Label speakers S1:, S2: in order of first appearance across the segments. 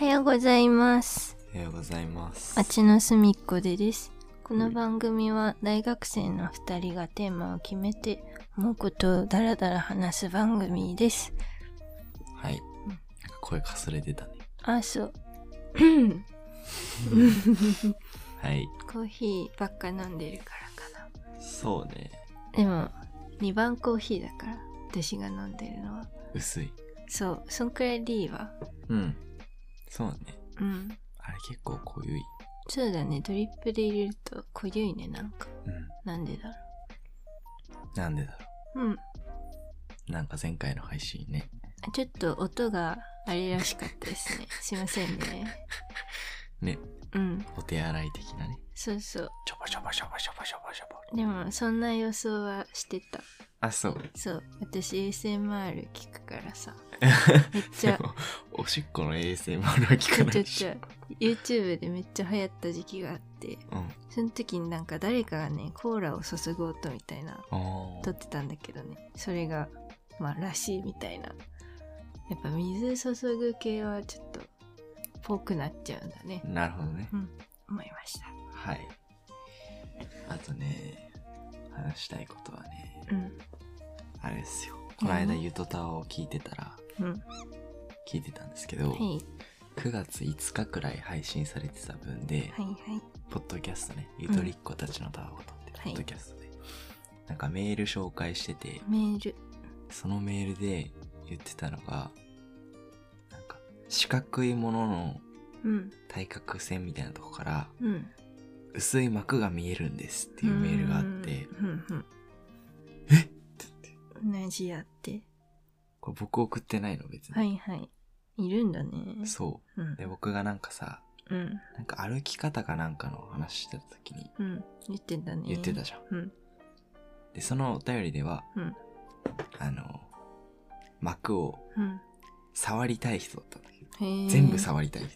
S1: おはようございます。
S2: おはようございます
S1: あ。ちのすみっこでです。この番組は大学生の2人がテーマを決めて思うことをダラダラ話す番組です。
S2: はい。声かすれてたね。
S1: あ、そう。
S2: はい。
S1: コーヒーばっか飲んでるからか
S2: そうね。
S1: な。でも、2番コーヒーだから、私が飲んでるのは。
S2: 薄い。
S1: そう、そんくらいでいいわ。
S2: うん。そうね。
S1: うん。
S2: あれ結構濃ゆい。
S1: そうだね、ドリップで入れると濃ゆいね、なんか。
S2: うん。
S1: なんでだろ
S2: なんでだろ
S1: う。うん。
S2: う。なんか前回の配信ね。
S1: ちょっと音があれらしかったですね。すいませんね。
S2: ね。
S1: うん。
S2: お手洗い的なね。
S1: そうそう。
S2: ちょぼちょぼちょぼちょぼちょぼちょぼ。
S1: でも、そんな予想はしてた。
S2: あ、そう。
S1: そう。私、ASMR 聞くから さ。めっち
S2: で
S1: ゃ、
S2: も、おしっこの ASMR は聞
S1: ち
S2: か
S1: ょ
S2: ない
S1: ちょ
S2: で
S1: ち
S2: し
S1: ょ
S2: ょ。、
S1: YouTube でめっちゃ流行った時期があって、
S2: うん。
S1: その時になんか誰かがね、コーラを注ぐ音みたいな、
S2: あ
S1: 撮ってたんだけどね。それが、まあ、らしいみたいな。やっぱ水注ぐ系はちょっと、ぽくなっちゃうんだね
S2: あ。。なるほどね。
S1: うん。思いました。
S2: はい。あとね、話したいことはね、
S1: うん。
S2: あれですよ。この間、
S1: うん
S2: ゆとたわを聞いてたら、
S1: うん。
S2: 聞いてたんですけど、
S1: はい。
S2: 9月5日くらい配信されてた分で、
S1: はいはい。
S2: ポッドキャストね、ゆとりっ子たちのタワーごとっ
S1: は
S2: て、
S1: い
S2: ポッドキャストで、なんかメール紹介してて、
S1: メール。
S2: そのメールで言ってたのが、なんか、四角いものの
S1: うん。
S2: 対角線みたいなとこから、
S1: うん。
S2: 薄い膜が見えるんですっていうメールがあって、
S1: うんうんうん、同じやって。
S2: これ僕送ってないの別に。
S1: はいはい。いるんだね。
S2: そうう。
S1: ん
S2: で、。僕がなんかさ、
S1: うん。
S2: なんか歩き方かなんかの話してた時に
S1: うん。言ってたね。
S2: 言ってたじゃん。
S1: うん。
S2: で、そのお便りでは、
S1: うん
S2: あの、膜を
S1: うん。
S2: 触りたい人だったんだけど、
S1: へー
S2: 全部触りたい人。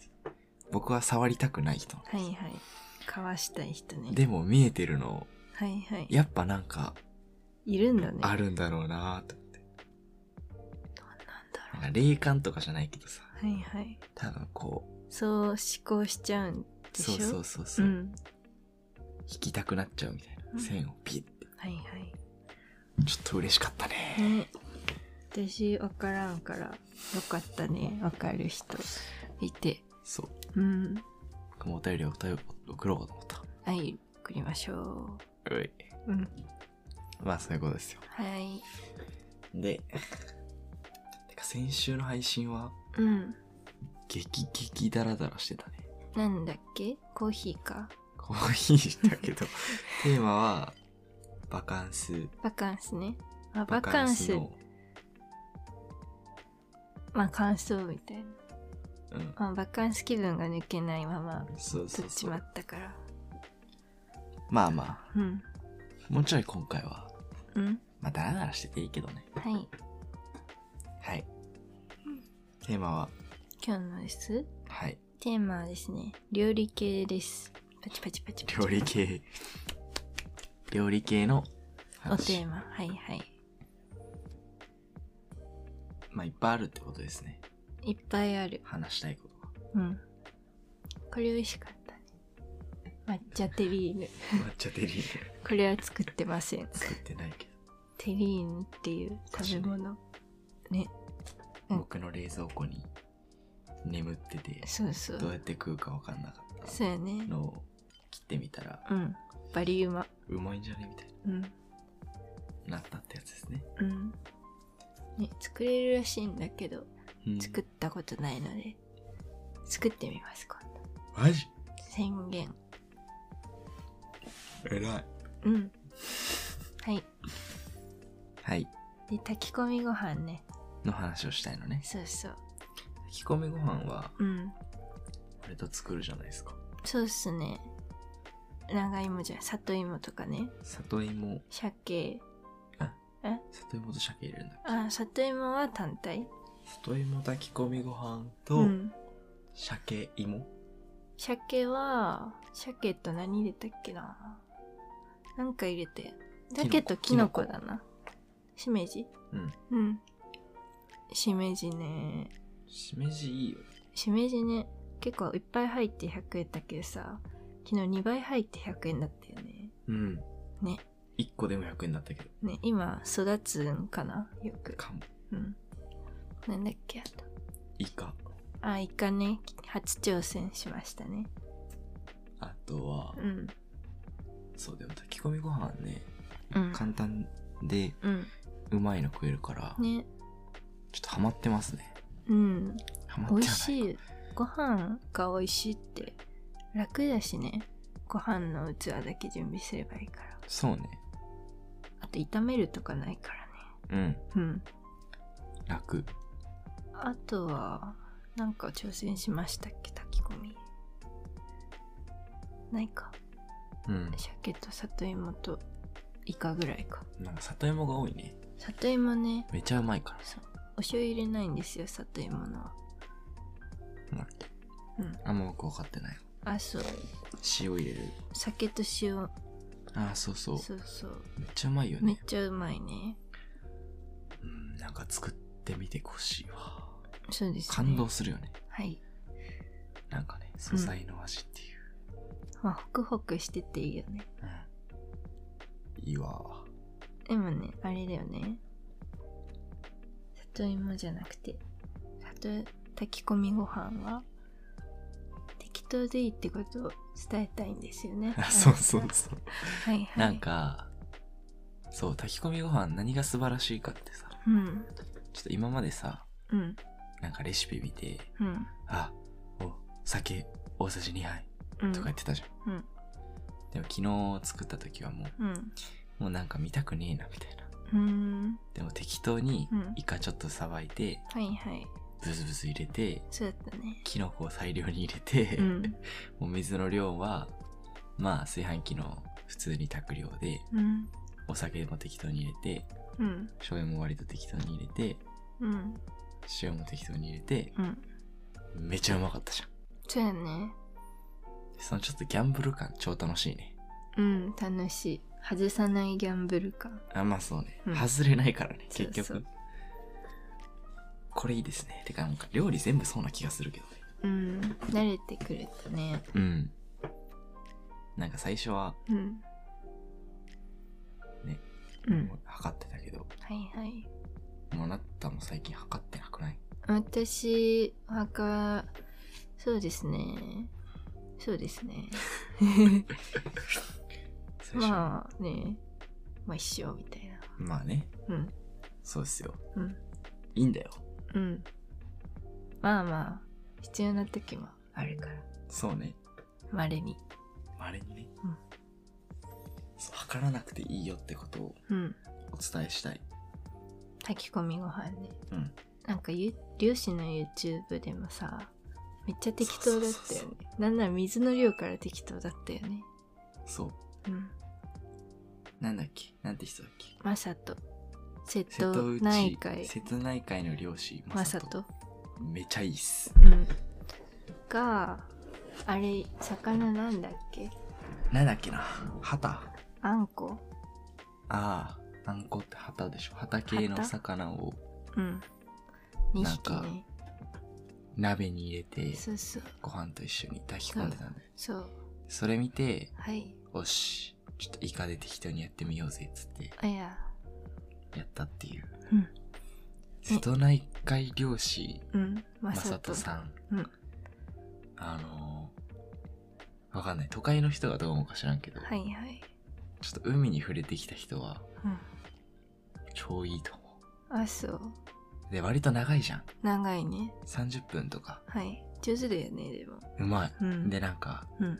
S2: 僕は触りたくない人なんです。
S1: はいはい。かわしたい人ね。
S2: でも見えてるの、
S1: はいはい。
S2: やっぱなんか
S1: いるんだね。
S2: あるんだろうなと思って。
S1: なんだ
S2: な
S1: ろ
S2: んか霊感とかじゃないけどさ、
S1: う。はいはい。
S2: 多分こ
S1: そう思考しちゃうん
S2: う、
S1: でしょ
S2: そうそうそうそう、
S1: ん。
S2: 引きたくなっちゃうみたいな。
S1: うん
S2: 線をピッて。
S1: はいはい。
S2: ちょっと嬉しかったね。
S1: ね、私分からんからよかったね分かる人いて
S2: そう。
S1: うん
S2: 僕もお便りをお便りを送ろうかと思っ
S1: はい送りましょ
S2: た。はい。
S1: ううん
S2: まあそういうことですよ。
S1: はい
S2: で、てか先週の配信は、
S1: うん
S2: 激激ダラダラしてたね。
S1: なんだっけコーヒーか
S2: コーヒーだけ ど、テーマは、バカンス。
S1: バカンスねあバカンス
S2: の、
S1: まあ感想みたいな、
S2: うん。
S1: まあ、バカンス気分が抜けないまま
S2: そう
S1: 取
S2: そ
S1: っ
S2: う
S1: ち
S2: そ
S1: ま
S2: う。
S1: ったから
S2: まあま
S1: うん
S2: あ、もうちょい今回は、
S1: うん
S2: まあダラダラしてていいけどね。
S1: はい
S2: はい。テーマは、
S1: 今日のです
S2: はい。
S1: テーマはですね料理系ですパチパチパチパチ
S2: 料理系。料理系の
S1: おテ
S2: 話
S1: ー。マはいはい
S2: まあいっぱいあるってことですね。
S1: いっぱいある
S2: 話したいことが。
S1: うん。これ美味しかったね。抹茶テリーヌ。
S2: 抹茶テ リーヌ
S1: これは作ってません。
S2: 作ってないけど。
S1: テリーヌっていう食べ物。ね。うん
S2: 僕の冷蔵庫に眠ってて
S1: そうそ
S2: どう
S1: う。
S2: やって食うか分かんなかっ
S1: そうや
S2: た
S1: ね。
S2: のを切ってみたら
S1: うん。バリウマ。
S2: うまいんじゃねみたい
S1: うん。
S2: ななったってやつですね
S1: うん。ね、作れるらしいんだけど、
S2: うん
S1: 作ったことないので、作ってみます、今度。
S2: マジ
S1: 宣言。
S2: えらい
S1: うん。はい。
S2: はい
S1: で、炊き込みご飯ね。
S2: の話をしたいのね
S1: そうそう。
S2: 炊き込みご飯は
S1: うん。
S2: 割と作るじゃないですか
S1: そうっすね。長芋じゃん。里芋とかね。
S2: 里芋
S1: 鮭。
S2: 里芋と鮭入れるんだっ
S1: あ、里芋は単体。
S2: け里芋炊き込みご飯と、
S1: うん。
S2: 鮭芋
S1: 鮭は、鮭と何入れたっけな。なんか入れて。鮭とキノコだな。しめじ
S2: うん
S1: うん。しめじね。
S2: しめじいいよね
S1: しめじね結構いっぱい入って100円だけどさ昨日2倍入って100円だったよね
S2: うん。
S1: ね。
S2: 1個でも100円になったけど。
S1: ね今育つんかなよく
S2: かも。
S1: うんなんだっけあと
S2: イカ。
S1: あイカね初挑戦しましたね
S2: あとは、
S1: うん
S2: そうでも炊き込みご飯ね、
S1: うん
S2: 簡単で
S1: うん
S2: うまいの食えるから、
S1: ね
S2: ちょっとハマってますね。
S1: うん
S2: ハマっ
S1: 美
S2: ては
S1: 味
S2: ない
S1: しいご飯が美味しいって楽だしねご飯の器だけ準備すればいいから
S2: そうね。
S1: あと炒めるとかないからね
S2: うん。
S1: うん
S2: 楽。
S1: あとはなんか挑戦しましたっけ炊き込みないか
S2: うん。
S1: 鮭と里芋とイカぐらいか
S2: なんか里芋が多いね。
S1: 里芋ね
S2: めちゃうまいから。
S1: そうお醤油入れないんですよ里芋のは
S2: なんだっけ
S1: うん
S2: あんま僕分かってない。
S1: あそう
S2: 塩入れる。
S1: 酒と塩
S2: ああ、そうそう。
S1: そうそう
S2: めっちゃうまいよ
S1: めっ
S2: ね。
S1: ちゃうまいね
S2: うん、なんか作ってみてほしいわ。
S1: そうですね
S2: 感動するよね。
S1: はい
S2: なんかね、素材の味っていう。
S1: まあ、ホクホクしてていいよね。
S2: うん。いいわ。。
S1: でもね、あれだよね。里芋じゃなくて、里炊き込みご飯は、適当でいいってことを伝えたいんですよね
S2: そうそうそう。
S1: はいはい。
S2: なん。か、そう、炊き込みご飯何が素晴らしいかってさ、
S1: うん、
S2: ちょっと今までさ、
S1: うん、
S2: なんかレシピ見て、
S1: うん、
S2: あ、お、酒大さじ2杯
S1: うん。
S2: とか言ってたじゃん。
S1: うん、
S2: でも昨日作った時はも
S1: うん、
S2: う、もうなんか見たくねえなみたいな。
S1: うん。
S2: でも適当に
S1: うん
S2: イカちょっとさばいて、
S1: はいはい。
S2: ブスブス入れて、
S1: そうだったね。
S2: キノコを大量に入れて、
S1: うん、
S2: お水の量は、まあ炊飯器の普通に炊く量で、
S1: うん、
S2: お酒も適当に入れて、
S1: うん、
S2: 醤油も割と適当に入れて、
S1: うん、
S2: 塩も適当に入れて、
S1: うん。
S2: めちゃうまかったじゃん。
S1: そうやね。
S2: そのちょっとギャンブル感超楽しいね。
S1: うん、楽しい。外さないギャンブル感。
S2: あ、まあそうね。
S1: うん
S2: 外れないからね、
S1: そう
S2: 結局。
S1: そう
S2: これいいですね。てか、なんか料理全部そうな気がするけ
S1: う
S2: どね。
S1: ん、慣れてくれたね。
S2: うん。なんか最初は、
S1: うん。
S2: ね。
S1: うん。
S2: 測ってたけど、
S1: はいはい。
S2: もうなったも最近測ってなくない
S1: 私、はか、そうですね。そうですね。
S2: 最初、まあ、
S1: まあね、まあ一生みたいな。
S2: まあね。
S1: うん。
S2: そうですよ。
S1: うん。
S2: いいんだよ。
S1: うん。まあまあ、必要な時もあるから、
S2: そうね。
S1: 稀に。
S2: 稀にね。
S1: うん
S2: そう測らなくていいよってことを
S1: うん。
S2: お伝えしたい。
S1: 炊き込みご飯ね。
S2: うん。
S1: なんかゆ、漁師の YouTube でもさ、めっちゃ適当だっ
S2: そう
S1: た
S2: そう
S1: よ
S2: そう
S1: ね。なんなら水の量から適当だったよね。
S2: そ
S1: う
S2: う。
S1: ん。
S2: なんだっけなんて人だっけ
S1: マサト。瀬
S2: 瀬戸
S1: 戸
S2: 内
S1: 内海。
S2: 瀬戸内海の漁師
S1: マサト。
S2: めちゃいいっす
S1: うん。が、あれ、魚なんだっけ
S2: なんだっけな旗あ
S1: あんこ
S2: ああんこって旗でしょ旗系の
S1: 旗
S2: 魚を
S1: うん。2匹
S2: なんか
S1: ね。
S2: 鍋に入れて
S1: そうそう。
S2: ご飯と一緒に炊き込んでたんだよ
S1: そう。
S2: それ見て
S1: はい。
S2: よしちょっとイカで適当にやってみようぜっつって
S1: あいや。
S2: やったっていう、
S1: うん
S2: 瀬戸内海漁師
S1: うん。ま
S2: ま
S1: さ
S2: さ
S1: と。
S2: とさん、
S1: うん
S2: あのーわかんない都会の人がどう思うか知らんけど、
S1: はいはい。
S2: ちょっと海に触れてきた人は
S1: うん。
S2: 超いいと思
S1: あ、そう。
S2: うで割と長いじゃん
S1: 長いね。
S2: 30分とか
S1: はい。上手だよね、でも。
S2: うまい、
S1: うん。
S2: でなんか
S1: うん。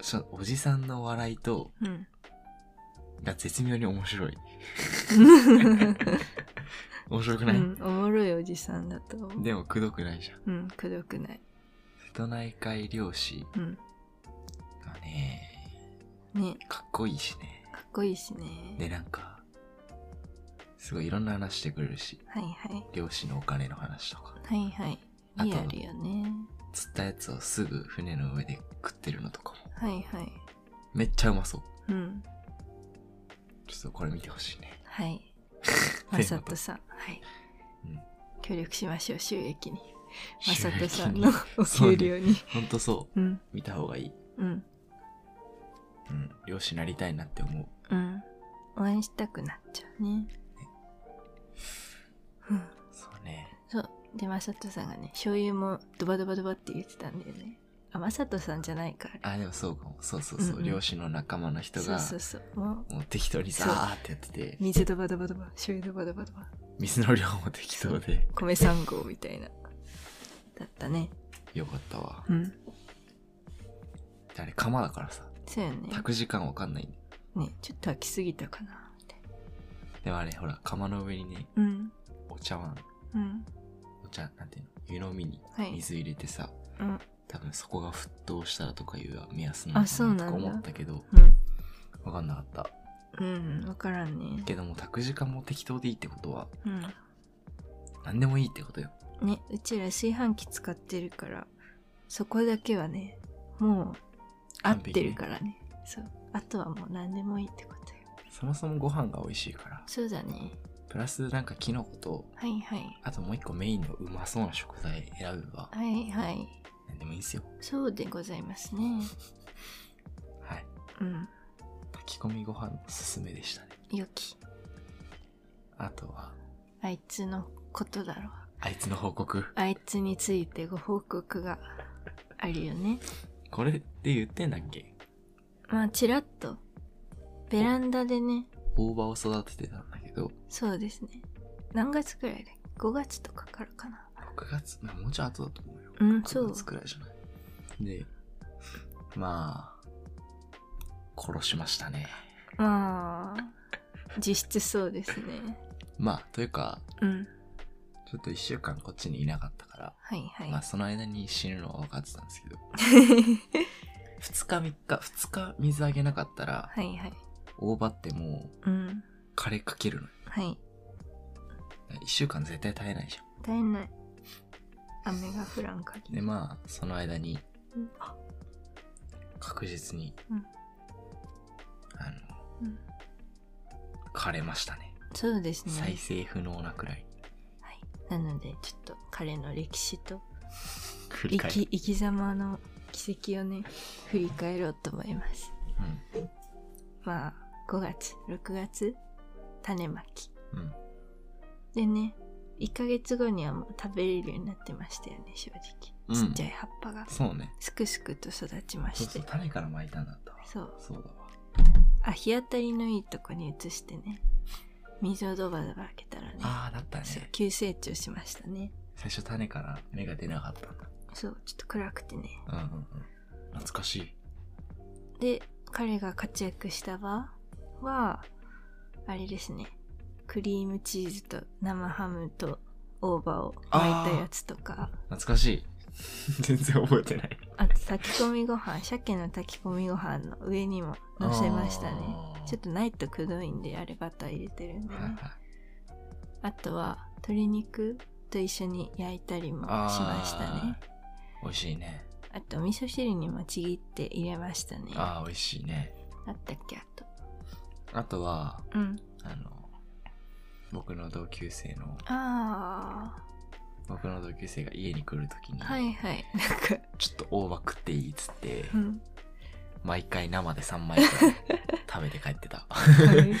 S2: そおじさんの笑いと
S1: うん。
S2: が絶妙に面白い
S1: う
S2: 面白くない、
S1: ん。おもろいおじさんだと思う。
S2: でもくどくないじゃん
S1: うん。くどくない。
S2: 瀬戸内海漁師
S1: うん。
S2: がね
S1: ね。
S2: かっこいいしね
S1: かっこいいしね。
S2: でなんかすごいいろんな話してくれるし
S1: はいはい。
S2: 漁師のお金の話とか
S1: はいはい。
S2: あと
S1: リアルよね。
S2: 釣ったやつをすぐ船の上で食ってるのとかも
S1: はいはい。
S2: めっちゃうまそう
S1: うん。
S2: ちょっとこれ見てほしいね
S1: はい。
S2: テーマ
S1: まさとさん。はい。
S2: うん
S1: 協力しましょう、収益に。まさとさんのお
S2: そうね
S1: 給料に。
S2: ほんとそうう。
S1: ん、
S2: 見た方がいい。
S1: うん、
S2: うん。漁師なりたいなって思う。
S1: うん。応援したくなっちゃうね。うん。
S2: そうね。
S1: そう。で、まさとさんがね、醤油もドバドバドバって言ってたんだよね。あ、まさとさんじゃないから。
S2: あ、でもそうかも。そうそうそう。
S1: うんうん
S2: 漁師の仲間の人
S1: そう
S2: が、
S1: そうそう。もう、
S2: もう適当にザーってやってて、
S1: 水ドバドバドバ、醤油ドバドバドバ、
S2: 水の量も適当で、
S1: 米3合みたいな。だったね。
S2: よかったわ。
S1: うん。
S2: あれ、釜だからさ、
S1: そうよね。
S2: 炊く時間わかんないんだよ
S1: ね、ちょっと炊きすぎたかな、みたいな。
S2: でもあれ、ほら、釜の上にね、
S1: うん。
S2: お茶碗、
S1: うん。
S2: お茶、なんていうの、湯飲みに
S1: はい
S2: 水入れてさ、
S1: うん。
S2: 多分そこが沸騰したらとかいう目安な
S1: あそうな
S2: の
S1: ん
S2: か
S1: だ
S2: なとか思ったけど、
S1: うん。
S2: わかんなかった。
S1: うん、わからんね。
S2: けども、炊く時間も適当でいいってことは、
S1: うん。
S2: 何でもいいってことよ。
S1: ね、うちら炊飯器使ってるから、そこだけはね、もう合ってるからね。そう。あとはもう何でもいいってことよ。
S2: そもそもご飯が美味しいから、
S1: そうだね。
S2: プラスなんかキノコと、
S1: はいはい。
S2: あともう一個メインのうまそうな食材選べば、
S1: はいはい。
S2: 何でもいいんすよ。
S1: そうでございますね。
S2: はい。
S1: うん。
S2: 炊き込みご飯のおすすめでしたね。
S1: 良き。
S2: あとは、
S1: あいつのことだろう。
S2: あいつの報告。
S1: あいつについてご報告があるよね。
S2: これって言ってんだっけ
S1: まあ、ちらっと。ベランダでね、
S2: 大葉を育ててたんだけど、
S1: そうですね。何月くらいだっけ ?5 月とかからかな。
S2: 6月、まあ、もうちょい後だと思うよ。
S1: うん、そ
S2: 9
S1: う
S2: 月。くらいじゃない。で、まあ、殺しましたね。
S1: まあ、実質そうですね。
S2: まあ、というか、
S1: うん。
S2: ちょっと1週間こっちにいなかったから、
S1: はいはい。
S2: まあ、その間に死ぬのは分かってたんですけど、2日3日、2日水あげなかった ら、
S1: はいはい。
S2: 大葉っても
S1: う
S2: う
S1: ん。
S2: 枯れかけるのよ。
S1: はい。
S2: 1週間絶対耐えないじゃ
S1: 大変ない。雨が降らん限
S2: ん。で、
S1: り。
S2: まあ、その間に
S1: うん、
S2: 確実に、
S1: うん
S2: あの、
S1: うん
S2: 枯れましたね。
S1: そうですね。
S2: 再生不能なくらい。
S1: はい、なのでちょっと彼の歴史と
S2: 繰
S1: 生き生き様の軌跡をね振り返ろうと思いますまあ5月6月種まき
S2: うん。うん。
S1: でね1ヶ月後にはもう食べれるようになってましたよね正
S2: う
S1: 直ち
S2: ん
S1: っちゃい葉っぱが
S2: そうね。
S1: すくすくと育ちまし
S2: そう
S1: て
S2: そう、種から巻いたんだったわ。
S1: そう
S2: そうだわ。
S1: あ日当たりのいいとこに移してね水をドバドバ開けたらね
S2: ああ、だった
S1: そう
S2: ね。
S1: 急成長しましたね
S2: 最初種から芽が出なかったんだ。
S1: そうちょっと暗くてね
S2: うんうんうん。懐かしい。
S1: で彼が活躍した場はあれですねクリームチーズと生ハムと大葉を巻いたやつとか
S2: 懐か しい。全然覚えてない。
S1: あと炊き込みご飯鮭の炊き込みご飯の上にも乗せましたね
S2: あー
S1: ちょっとないとくどいんであれバター入れてるんで
S2: はいはい
S1: ねあとは鶏肉と一緒に焼いたりもしましたね
S2: 美味しいね。
S1: あと味噌汁にもちぎって入れましたねあ
S2: ああ、美味しいね。
S1: ったっけあと
S2: あとは、
S1: うん
S2: あの、僕の同級生の、
S1: あ
S2: 僕の同級生が家に来るときに、
S1: あはいはいなんか
S2: ちょっと大葉食っていいっつって、
S1: うん
S2: 毎回生で3枚くらい食べて帰ってた。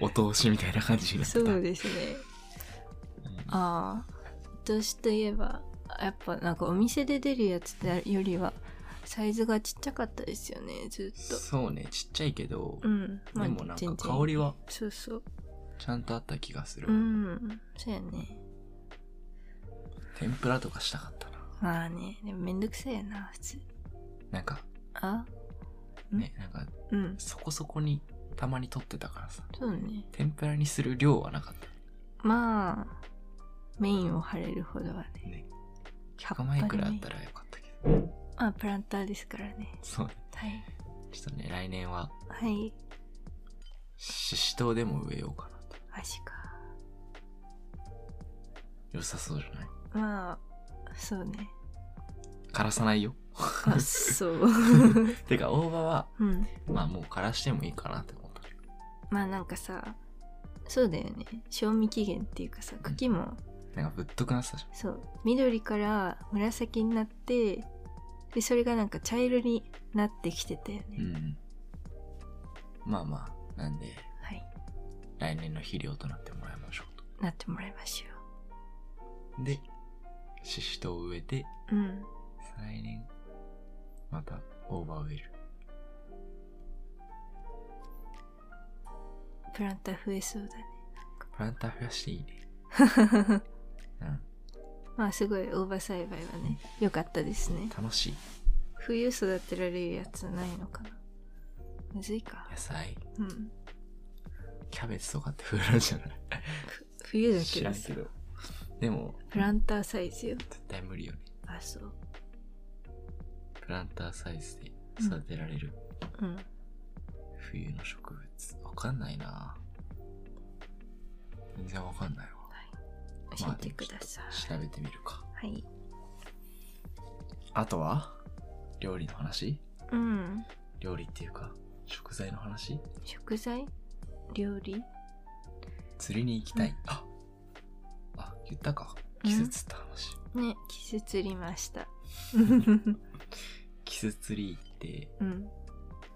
S2: お通しみたいな感じになって
S1: そ
S2: た。
S1: うですね。
S2: うん
S1: ああ、私といえば、やっぱなんかお店で出るやつよりは、サイズがちっちゃかったですよね、ずっと。
S2: そうね、ちっちゃいけど、
S1: うん、
S2: でもなんか香り
S1: は。
S2: は
S1: そうそう。
S2: ちゃんとあった気がする。
S1: うん、そうやね。
S2: 天ぷらとかしたかったな。
S1: まあね、でもめんどくさいよな、普通。
S2: なんか、
S1: あん
S2: ね、なんか、
S1: うん、
S2: そこそこにたまに取ってたからさ、
S1: そうね。
S2: 天ぷらにする量はなかった。
S1: まあ、メインを張れるほどはね。
S2: ね、
S1: 葉っ
S2: 100
S1: ぱ
S2: 枚
S1: ね
S2: くらいあったらよかったけど。
S1: まあ、プランターですからね。
S2: そうね。
S1: はい。
S2: ちょっとね、来年は、
S1: はい。
S2: ししとうでも植えようかなと。
S1: マジか。
S2: 良さそうじゃない
S1: まあ、そうね。
S2: 枯らさないよ。
S1: あ、そう。
S2: てか、大葉は、
S1: うん。
S2: まあもう枯らしてもいいかなって思った。
S1: まあなんかさ、そうだよね。賞味期限っていうかさ、茎も
S2: なんかぶっとくなってたじ
S1: そう緑から紫になってでそれがなんか茶色になってきてたよね、
S2: ゃん。うん。まあまあ、なんで、
S1: はい
S2: 来年の肥料となってもらいましょうと。
S1: なってもらいましょ
S2: で、シシトウ植えて、
S1: ううん
S2: 来年、また、オーバーウェル。
S1: プランター増えそうだね
S2: プランター増やしていいね。うん。
S1: まあすごい大葉栽培はね良かったですね
S2: 楽しい。
S1: 冬育てられるやつないのかなむずいか
S2: 野菜、
S1: うん
S2: キャベツとかって増えるんじゃない
S1: ふ冬だけ
S2: 知
S1: ど
S2: らん
S1: さ
S2: けど。でも、
S1: プランターサイズよ
S2: 絶対無理よね。
S1: あそう
S2: プランターサイズで育てられる
S1: うん
S2: 冬の植物。わかんないな全然わかんないわ。
S1: 教えてください、
S2: 調べてみるか。
S1: はい
S2: あとは料理の話
S1: うん
S2: 料理っていうか、食材の話
S1: 食材料理
S2: 釣りに行きたい。
S1: うん
S2: ああ、言ったか。
S1: うん
S2: 季節って話。
S1: ね季節りました
S2: 季節釣り行って、
S1: うん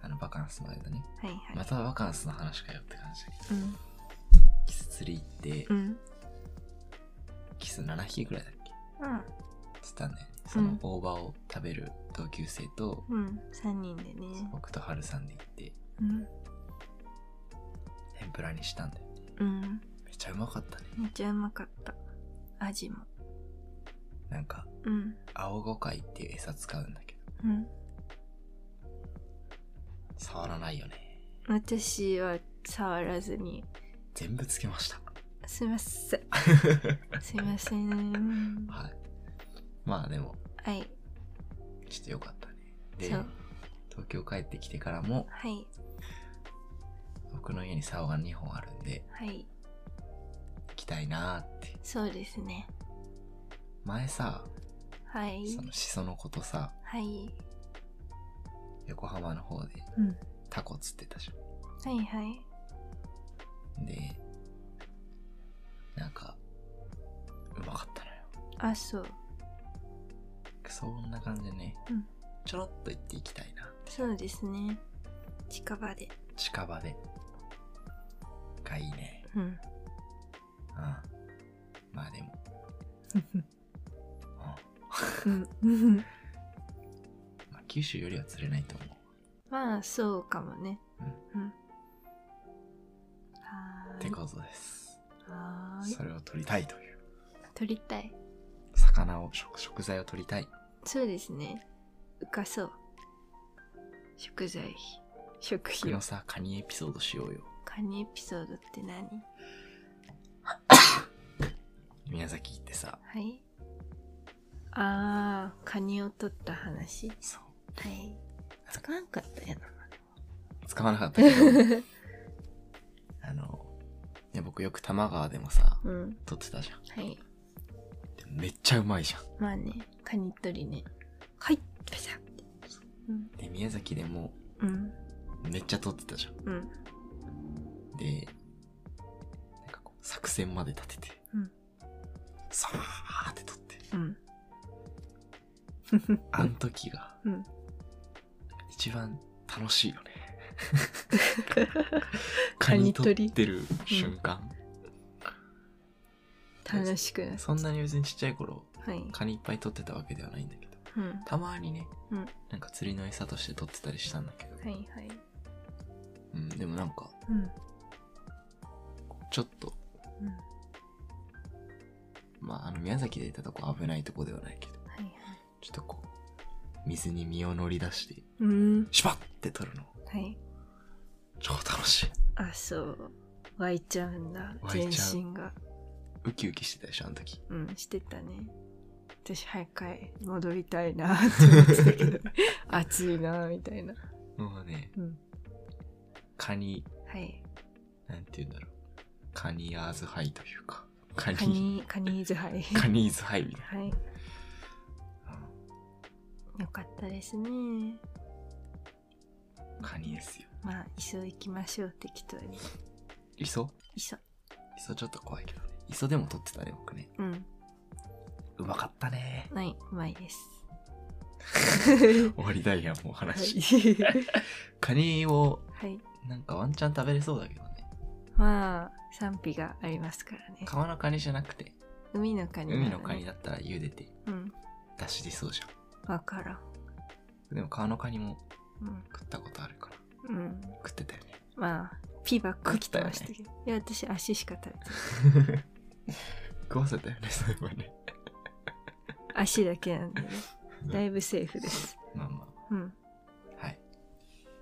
S2: あの、バカンスの間ね。
S1: はいはい、
S2: またバカンスの話かよって感じだけど。
S1: うん
S2: キス釣り行って、
S1: うん
S2: キス7匹ぐらいだっけ
S1: うん
S2: つったんだよね。その大葉を食べる同級生と、
S1: うん3人でね
S2: 僕と春さんで行って、
S1: うん
S2: 天ぷらにしたんだよね。
S1: うん
S2: めちゃうまかったね。
S1: めっちゃうまかった味も
S2: なんか、
S1: うん
S2: 青ゴカイっていう餌使うんだけど、
S1: うん
S2: 触らないよね。
S1: 私は触らずに
S2: 全部つけ ました。
S1: すいませんすいませ ん
S2: はい。まあでも、
S1: はい
S2: ちょっとよかったね。で、
S1: そう
S2: 東京帰ってきてからも、
S1: はい
S2: 僕の家に竿が2本あるんで、
S1: はい
S2: 行きたいなーって。
S1: そうですね
S2: 前さ、
S1: はい
S2: そのシソのことさ、
S1: はい
S2: 横浜の方で
S1: うん
S2: タコ釣ってたじ
S1: はいはい
S2: ゃん。で、なんか、うまかったのよ。
S1: あそう
S2: そんな感じでね、
S1: うん
S2: ちょろっと行っていきたいな。
S1: そうですね近場で
S2: 近場で。がいいね。
S1: うん
S2: うん。まあでも、うん。ま
S1: うん
S2: あ九州よりは釣れないと思う。
S1: まあそうかもねうんは
S2: っ
S1: ー
S2: て
S1: い
S2: ことです。
S1: はーい
S2: それを取りたいという。
S1: 撮りたい
S2: 魚を、食食材を取りたい。
S1: そうですね浮かそう食材費食
S2: こ
S1: 費を
S2: のさ、カニエピソードしようよ。
S1: カニエピソードって何
S2: 宮崎行ってさ、
S1: はいあーカニを取った話は
S2: そう。
S1: いつかんかったやな
S2: 使わなかったけ ど、あの、ね、僕よく多摩川でもさ、
S1: うん
S2: 撮ってたじゃん。
S1: はい
S2: でめっちゃうまいじゃん。
S1: まあねカニ取りねはいペシャってうん
S2: で、宮崎でも
S1: うん
S2: めっちゃ撮ってたじゃ
S1: うん
S2: ん。で、なんかこう、作戦まで立てて、
S1: うん
S2: さーって撮って、
S1: うん
S2: あの時が
S1: うん
S2: 一番楽しいよね。
S1: カ
S2: カ
S1: ニ
S2: ニ
S1: 撮
S2: 撮っ
S1: り
S2: てる瞬間。
S1: 楽しくな
S2: そんなに別にちっちゃい頃、
S1: はい
S2: カニいっぱい撮ってたわけではないんだけど、
S1: うんは
S2: たまにね、
S1: うん
S2: なんか釣りの餌として撮ってたりしたんだけど、
S1: いはい
S2: うん、でもなんか、
S1: うん
S2: ちょっと、
S1: うん
S2: まあ、あの、宮崎でいたとこ危ないとこではないけど、
S1: はいはい
S2: ちょっとこう、水に身を乗り出して、
S1: うん
S2: シュパッって取るの、
S1: はい
S2: 超楽しい。
S1: あそう湧いちゃうんだ
S2: 湧
S1: 全
S2: いちゃう
S1: 身が
S2: ウキウキしてたでしょ、あの時。
S1: うんしてたね私早く帰戻りたい なって思ってたけど暑いなみたいな
S2: もうね、
S1: うん
S2: カニ、
S1: はい
S2: なんて言うんだろう。カニアーズハイというか、カ
S1: カ
S2: ニ、
S1: ニカニーズ杯
S2: カニーズハイみたい
S1: はい
S2: な。うん
S1: よかったですね
S2: カニですよ。
S1: まあ磯行きましょう適当に
S2: 磯
S1: 磯
S2: 磯ちょっと怖いけどね。磯でも撮ってたね、僕ね。
S1: うん。
S2: うまかったね。
S1: はい、うまい です。
S2: 終わりだいや、もう話。
S1: はい。
S2: カニを、
S1: はい。
S2: なんかワンチャン食べれそうだけどね。
S1: まあ、賛否がありますからね。
S2: 川のカニじゃなくて、
S1: 海のカニ、
S2: 海のカニ。だったら茹でて、
S1: うん。
S2: 出汁出そうじゃ
S1: わからん。
S2: ん。でも川のカニも
S1: うん。
S2: 食ったことあるから。
S1: うん。
S2: 食ってたよね。
S1: まあ、ピーバック
S2: 食ったよね
S1: ましたけど。いや、私、足しか食べてない。
S2: 食わせたよね、そういえばね。
S1: 足だけなんで、ね、だいぶセーフです。
S2: まあま
S1: うん。
S2: あ、はい。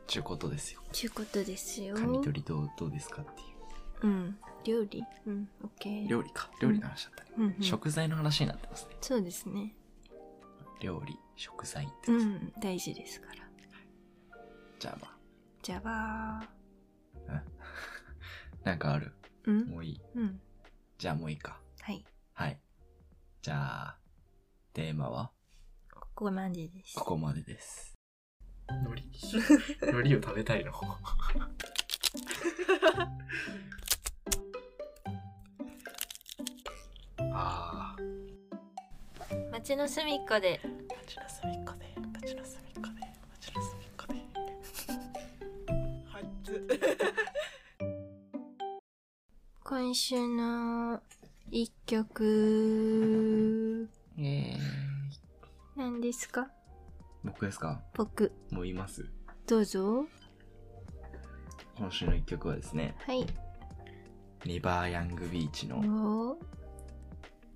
S2: ちゅうことですよ。
S1: ちゅうことですよ。
S2: カニ取りどうどうですかっていう。
S1: うん。料理うん。オッケー。
S2: 料理か。料理の話だったね。
S1: うんうん、
S2: 食材の話になってますね。
S1: そうですね。
S2: 料理、食材って
S1: う
S2: ことです、
S1: ん。大事ですから。
S2: じゃあま
S1: じゃば
S2: あ。うんなんかある
S1: ー。うん
S2: もういい。
S1: うん。
S2: じゃあもういいか。
S1: はい。
S2: はい。じゃあ、テーマは
S1: ここまでです。
S2: ここまでです。海苔海苔を食べたいの。 ああ。
S1: 町の隅っこで。
S2: 町の隅っこで、町の隅っこで、町の隅っこで。はい。
S1: 今週の一曲、
S2: えー、
S1: 何ですか
S2: 僕ですか
S1: 僕、
S2: もう言います。
S1: どうぞ。
S2: 今週の一曲はですね、
S1: はい。
S2: リバーヤングビーチの
S1: おー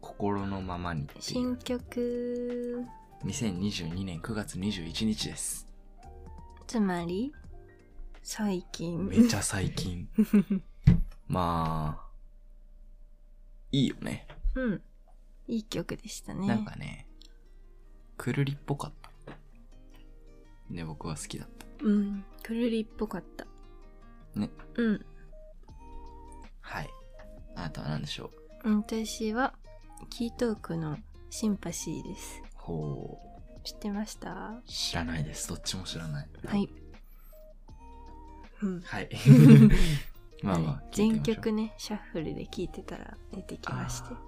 S2: 心のままにっていう
S1: 新曲、
S2: 2022年9月21日です。
S1: つまり、最近。
S2: めちゃ最近。 まあ、いいよね。
S1: うん。いい曲でしたね。
S2: なんかね、くるりっぽかった。ね、僕は好きだった。
S1: うん。くるりっぽかった。
S2: ね。
S1: うん。
S2: はい。あなたは何でしょう
S1: 私は、キートークのシンパシーです。
S2: ほ
S1: 知ってましたは
S2: う、知らないです。どっちも知らない。
S1: い。うん。
S2: はい。 まあまあ、聞い
S1: 全
S2: てみましょう
S1: 曲ねシャッフルで聴いてたら出てきまして
S2: あ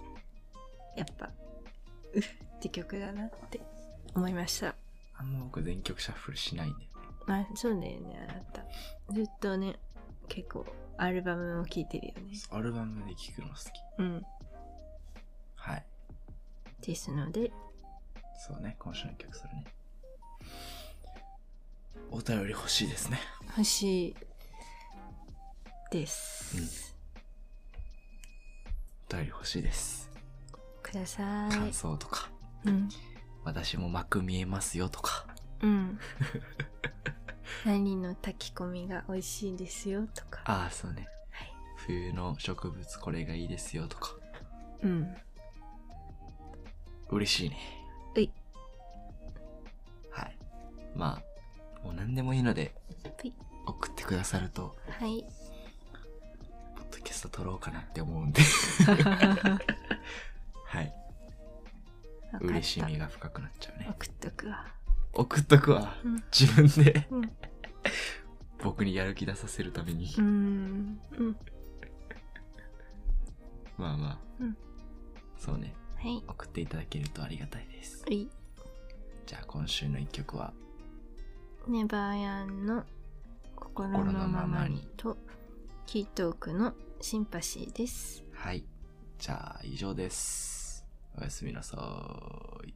S1: やっぱうっって曲だなって思いました
S2: あんま僕全曲シャッフルしないんで。
S1: まあそうだよねあなたずっとね結構アルバムを聴いてるよね
S2: アルバムで聴くの好き。
S1: うん
S2: はい。
S1: ですので
S2: そうね、今週の曲それね。お便り欲しいですね。
S1: 欲しいです、
S2: お便り欲しいです。
S1: くださ
S2: 感想とか、
S1: いうん、
S2: 私も幕見えますよとか、
S1: うん、 何の炊き込みが美味しいですよとか
S2: ああ、そうね。
S1: はい
S2: 冬の植物これがいいですよとか、
S1: うん
S2: 嬉しいね。
S1: うい
S2: はい。まあ、もう何でもいいので
S1: はい、
S2: 送ってくださると、
S1: はい
S2: ポッドキャスト撮ろうかなって思うんで。はい。嬉しみが深くなっちゃうね。
S1: 送っとくわ。
S2: 送っとくわ。
S1: うん
S2: 自分で
S1: うん、
S2: 僕にやる気出させるために。
S1: うん、うん、
S2: まあまあ、
S1: うん
S2: そうね。
S1: はい、
S2: 送っていただけるとありがたいです。
S1: はい、
S2: じゃあ今週の一曲は、
S1: ネバーヤンの心のままにとキートークのシンパシーです。
S2: はい。じゃあ以上です。おやすみなさーい。